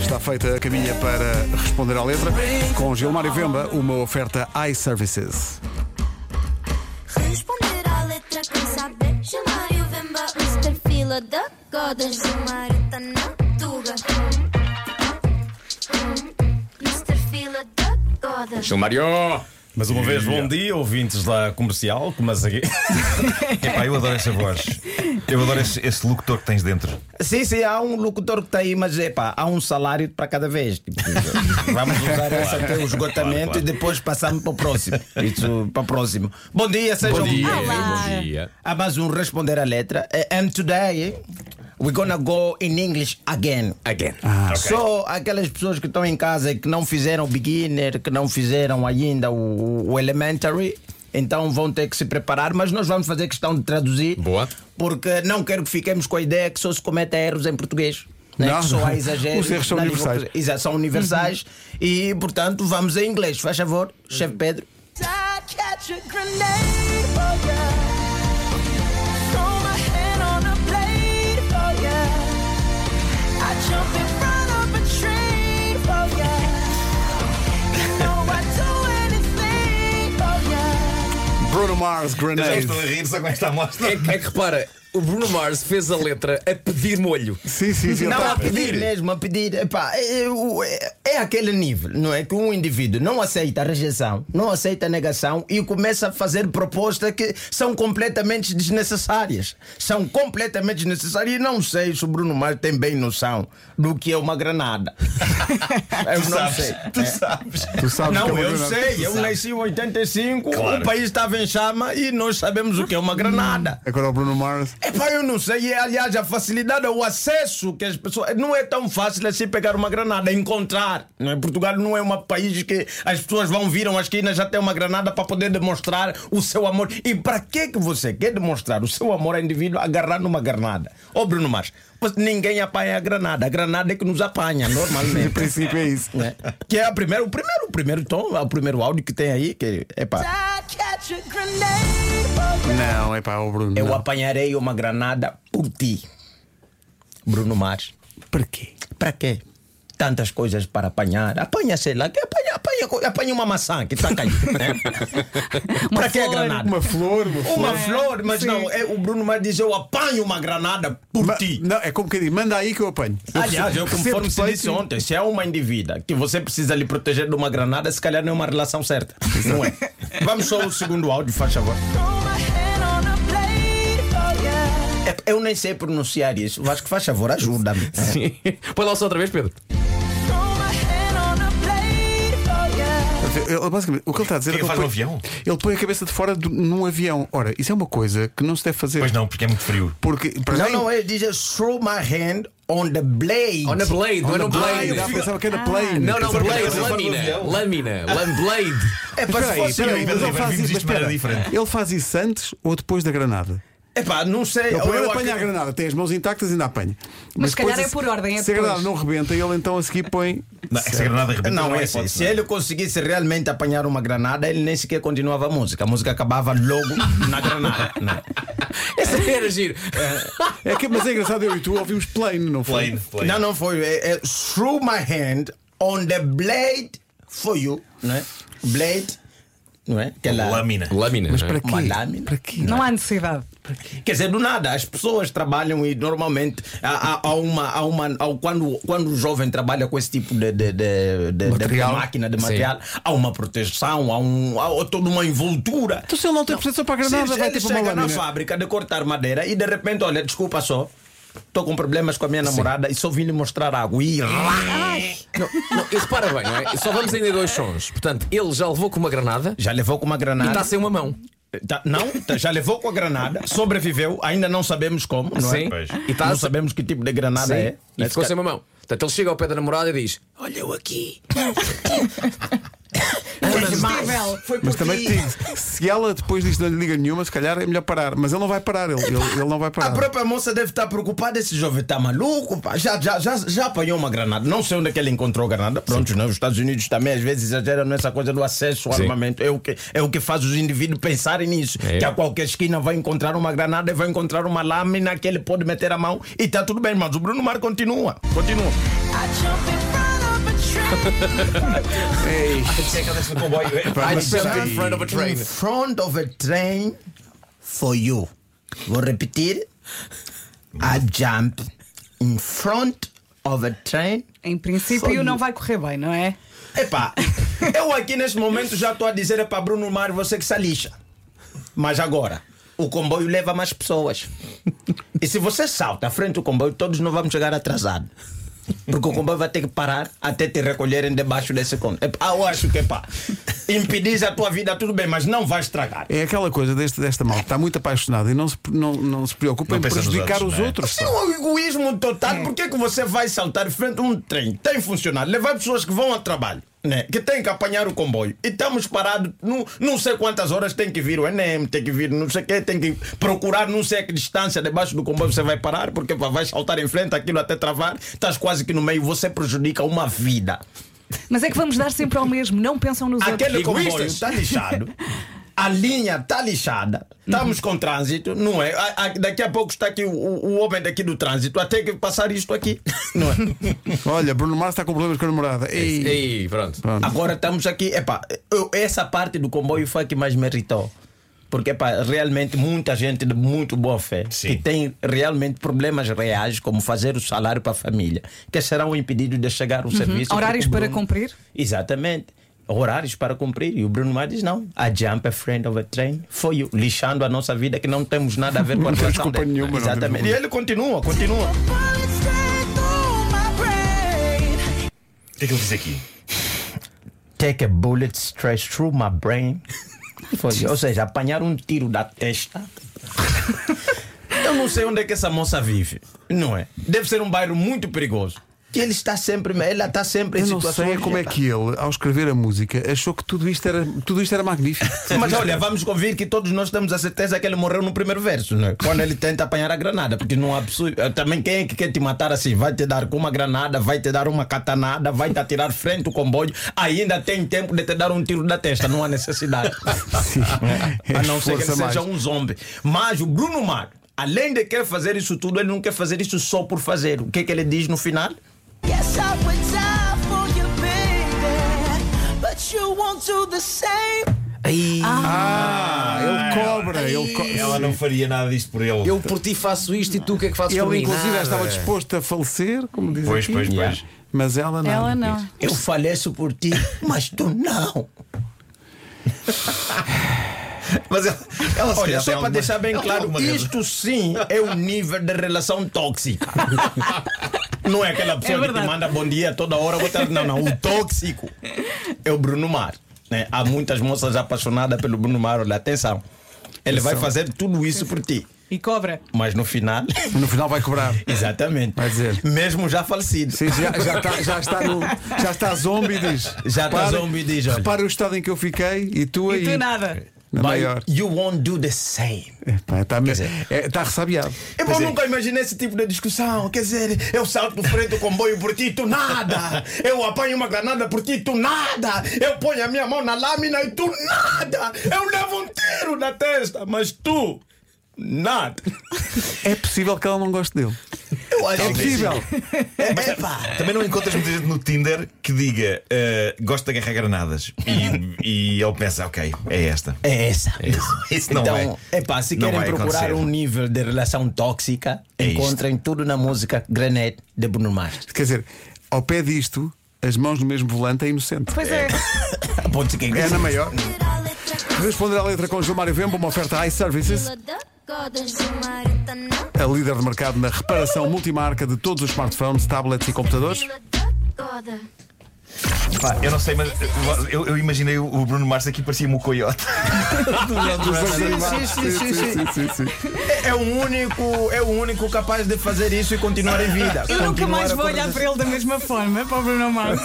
está feita a caminha para responder à letra. Com Gilmário Vemba, uma oferta iServices. Responder à letra quem saber Gilmário Vemba Mr. Fila da Goda Gilmário tá na tuga Mr. Fila da Goda Gilmário! Mas uma vez, bom dia, ouvintes da comercial, começa aqui. Epá, eu adoro essa voz. Eu adoro esse, esse locutor que tens dentro. Sim, sim, há um locutor que está aí, mas epá, há um salário para cada vez. Tipo, vamos usar essa até o esgotamento Claro, claro. e depois passamos para o próximo. Isso, para o próximo. Bom dia, sejam Bom dia, bem-vindos. bom dia. Há mais um responder à letra. Eh, And today we're gonna go in English again. Ah, Again. Só aquelas pessoas que estão em casa que não fizeram o beginner, que não fizeram ainda o, o elementary, então vão ter que se preparar, mas nós vamos fazer questão de traduzir. Boa. Porque não quero que fiquemos com a ideia que só se cometa erros em português. Né? Não, que só não. há exageros. Os erros são na língua universais. portuguesa. Exa- são universais. E, portanto, vamos em inglês. Faz favor, chefe Pedro. I'd catch a grenade for ya. Throw my hand on a blade for ya. I'd jump in front of a train for ya. You know I'd do anything for ya. Bruno Mars, Grenade. a rir só com esta amostra. É, que- é que repara, o Bruno Mars fez a letra a pedir molho. Sim, sim, sim. Não, tá. a pedir mesmo, a pedir. Epá, é, é o- é- é aquele nível, não é? Que um indivíduo não aceita a rejeição, não aceita a negação e começa a fazer propostas que são completamente desnecessárias. São completamente desnecessárias. E não sei se o Bruno Mars tem bem noção do que é uma granada. Eu não sei. Tu sabes. Tu sabes que é Não, uma eu granada. sei. Eu nasci em 85, Claro. o um país estava em chama e nós sabemos o que é uma granada. Agora o Bruno Mars. Epá, eu não sei. E, Aliás, a facilidade, o acesso que as pessoas. Não é tão fácil assim pegar uma granada, encontrar. Não é? Portugal não é um país que as pessoas vão viram as esquinas já tem uma granada para poder demonstrar o seu amor. E para que que você quer demonstrar o seu amor ao indivíduo agarrando uma granada? Ô Bruno Mars, você- ninguém apanha a granada. A granada é que nos apanha, Em normalmente. princípio é isso. né? Que é a primeira, o primeiro, o primeiro tom, o primeiro áudio que tem aí, que epá, I'd catch a grenade for ya. Não, é pá, o Bruno. eu não. apanharei uma granada por ti. Bruno Mars. Para quê? Para quê? Tantas coisas para apanhar. Apanha, sei lá, que apanha, apanha, co- apanha uma maçã que está caindo. Né? para que a flor. granada? Uma flor, uma flor. Uma flor, mas não, é, o Bruno Mar diz: eu apanho uma granada por Ma- ti. Não, é como que diz, manda aí que eu apanho. Aliás, eu recebo conforme se peito disse e- ontem, se é uma indivídua que você precisa lhe proteger de uma granada, se calhar não é uma relação certa. Não é? Vamos só o segundo áudio, faz favor. Throw my hand on a blade for ya. É, Eu nem sei pronunciar isso. Vasco, faz favor, ajuda-me. Sim. Põe lá só outra vez, Pedro. Throw my hand on a blade for ya. Ele, basicamente, o que ele está a dizer Quem é que ele faz põe, um avião? Ele põe a cabeça de fora de- num avião. Ora, isso é uma coisa que não se deve fazer. Pois não, porque é muito frio. Porque, para Não, quem- não, é. ele diz: throw my hand on the blade. On a blade, não é no Ah, eu blade. pensava que era plane. Não, não, Pensava que blade, era no lâmina. avião. Lâmina, lâmina, blade. É para se Espera aí, fosse espera aí, eu- mas ele Pedro, faz vimos isso, mas isto de maneira espera. diferente. Ele faz isso antes ou depois da granada? Epá, não sei. Ele ou primeiro É, eu apanha a acredito- granada, tem as mãos intactas e ainda apanha. Mas se calhar depois, é por ordem, é Se a granada depois. não rebenta, ele então a seguir põe. Não, essa granada arrebentou. Não, é é assim. hipótese, Se não. ele conseguisse realmente apanhar uma granada, ele nem sequer continuava a música. A música acabava logo na granada. né? Essa era giro. É que, mas é engraçado, eu e tu ouvimos plane, não foi? Plane, plane. Não, não foi. É, é, threw my hand on the blade for you. Né? Blade. Não é? Aquela- Lâmina. Lâmina. Mas não é? para quê? Uma lâmina. Para quê? Não há necessidade. Quer dizer, do nada, as pessoas trabalham e normalmente há, há- há uma, há uma, há- um, quando, quando o jovem trabalha com esse tipo de, de- de- de- de Material. máquina, de material, há uma proteção, há, um, há toda uma envoltura. Então, se ele não tem proteção para a granada, Sim, vai ele ter para tipo uma chega na lâmina. fábrica de cortar madeira e de repente, olha, desculpa só. Estou com problemas com a minha namorada e só vim lhe mostrar água. E... Não, não, e repara bem, não é? Só vamos ainda dois sons. Portanto, ele já levou com uma granada Já levou com uma e granada. está sem uma mão. Tá- não, tá- já levou com a granada, sobreviveu, ainda não sabemos como, não é? Sim. Pois. E tá- não sabemos que tipo de Ah, Sim. granada é. E ficou sem uma mão. Portanto, ele chega ao pé da namorada e diz: Olha eu aqui. É Incrível. Mas também te digo, se ela depois disto não lhe liga nenhuma, se calhar é melhor parar. Mas ele não vai parar, ele, ele, ele não vai A parar. própria moça deve estar preocupada, esse jovem está maluco, pá. Já, já, já, já apanhou uma granada. Não sei onde é que ele encontrou a granada. Pronto, não, os Estados Unidos também às vezes exageram nessa coisa do acesso ao Sim. armamento. É o, que, é o que faz os indivíduos pensarem nisso. É. Que a qualquer esquina vai encontrar uma granada e vai encontrar uma tá lâmina que ele pode meter a mão e está tudo bem, mas o Bruno Mar continua. Continua. I jump in front é, I mas jumped espera in aí. front of a train. In front of a train for you. Vou repetir. I jump in front of a train. Em princípio, não vai correr bem, não é? Epá, eu aqui neste momento já estou a dizer é para Bruno Mário, você que se lixa. Mas agora, o comboio leva mais pessoas. E se você salta à frente do comboio, todos não vamos chegar atrasados. Porque o comboio vai ter que parar até te recolherem debaixo desse comboio. Epá, eu acho que, pá, impedir a tua vida, tudo bem, mas não vai estragar. É aquela coisa deste, desta malta, está muito apaixonada e não se, não, não se preocupa Não em pensa nos prejudicar outros, os não é? outros. Sim, um egoísmo total. Por que, que você vai saltar de frente a um trem? Tem funcionário. Levar pessoas que vão ao trabalho, né? que têm que apanhar o comboio. E estamos parados, não, não sei quantas horas tem que vir o Enem, tem que vir não sei o quê, tem que procurar não sei a que distância debaixo do comboio você vai parar, porque pá, vai saltar em frente aquilo até travar. Estás quase que no meio, você prejudica uma vida. Mas é que vamos dar sempre ao mesmo, não pensam nos outros. Aquele comboio Egoístas. está lixado. A linha está lixada. Estamos Uhum. com trânsito, não é? A- a- daqui a pouco está aqui o, o o homem daqui do trânsito a ter que passar isto aqui, não é? Olha, Bruno Mars está com problemas com a namorada. Ei, Aí, pronto. Agora estamos aqui, epá, eu- essa parte do comboio foi a que mais me irritou. Porque epá, realmente muita gente de muito boa fé que tem realmente problemas reais, como fazer o salário para a família, que serão impedidos de chegar ao serviço. Uhum. Horários porque o para cumprir? Exatamente. Horários para cumprir. E o Bruno Mar diz: não, a jump é friend of a train. Foi you", lixando a nossa vida, que não temos nada a ver com a temos relação culpa dele. nenhuma, não temos Exatamente. E culpa. ele continua, continua. Bullets straight through my brain. O que é que ele diz aqui? Take a bullet straight through my brain. Foi, ou seja, apanhar um tiro da testa. Eu não sei onde é que essa moça vive, não é? Deve ser um bairro muito perigoso. E ele está sempre, ela está sempre em eu não situações. sei como é que ele, ao escrever a música, achou que tudo isto era, tudo isto era magnífico. Mas olha, vamos convir que todos nós temos a certeza que ele morreu no primeiro verso, né? Quando ele tenta apanhar a granada, porque não há possu- Também quem é que quer te matar assim? Vai te dar com uma granada, vai te dar uma catanada, vai te atirar frente do comboio, ainda tem tempo de te dar um tiro da testa, não há necessidade. a não ser que ele Esforça mais. seja um zombie. Mas o Bruno Mar, além de querer fazer isso tudo, ele não quer fazer isso só por fazer. O que é que ele diz no final? Yes, I would die for you, baby, but you won't do the same. Ah, ele cobra, ele co- Ela não faria nada disto por ele. Eu por ti faço isto e tu o que é que fazes por Ele, mim? inclusive, Nada. Ah. estava disposto a falecer, como diz Pois, aqui. pois, pois. Mas ela não. Ela não. Eu faleço por ti, mas tu não. Mas ela, ela se Olha, calhar tem só para alguma- deixar bem ela tem claro, alguma razão. isto sim é o nível de relação tóxica. Não é aquela É pessoa que verdade. te manda bom dia toda hora, boa tarde. Não, não. O tóxico é o Bruno Mar. né? Há muitas moças apaixonadas pelo Bruno Mar. Olha, atenção. Ele vai fazer tudo isso por ti. E cobra. Mas no final, No final vai cobrar. exatamente. Vai dizer. Mesmo já falecido. Sim, é já, já, está, já, está no, já está zombie, diz. Já está Repare- zombie, diz, olha. Repara o estado em que eu fiquei e tu aí. E tu nada. Na But maior. you won't do the same. é. Epá, Está mesmo- é, está ressabiado. Eu nunca imaginei esse tipo de discussão. Quer dizer, eu salto do frente do comboio por ti, tu nada. Eu apanho uma granada por ti, tu nada. Eu ponho a minha mão na lâmina e tu nada. Eu levo um tiro na testa, mas tu nada. É possível que ela não goste dele. Eu acho É que possível. É, é pá. Também não encontras muita gente no Tinder que diga eh, gosto de agarrar granadas. E, e ele pensa, ok, é esta. É essa. Isso não então, é. é pá, se Não querem vai procurar acontecer. um nível de relação tóxica, É isto. encontrem tudo na música Granete de Bruno Mars. Quer dizer, ao pé disto, as mãos no mesmo volante é inocente. Pois é. Ah, Pode ser que É na maior. Tirar a letra com Responder à letra com Gilmário Vembo, uma oferta iServices, fila da Godas do Maritana. a líder de mercado na reparação multimarca de todos os smartphones, tablets e computadores. Fila da Goda. Pá, eu não sei, mas eh, eu, eu imaginei o o Bruno Mars aqui parecia-me o coiote. sim, sim, sim, sim, sim. É o único, é o único capaz de fazer isso e continuar em vida. Eu nunca Continuar mais a vou olhar correr- para ele da mesma forma, para o Bruno Mars.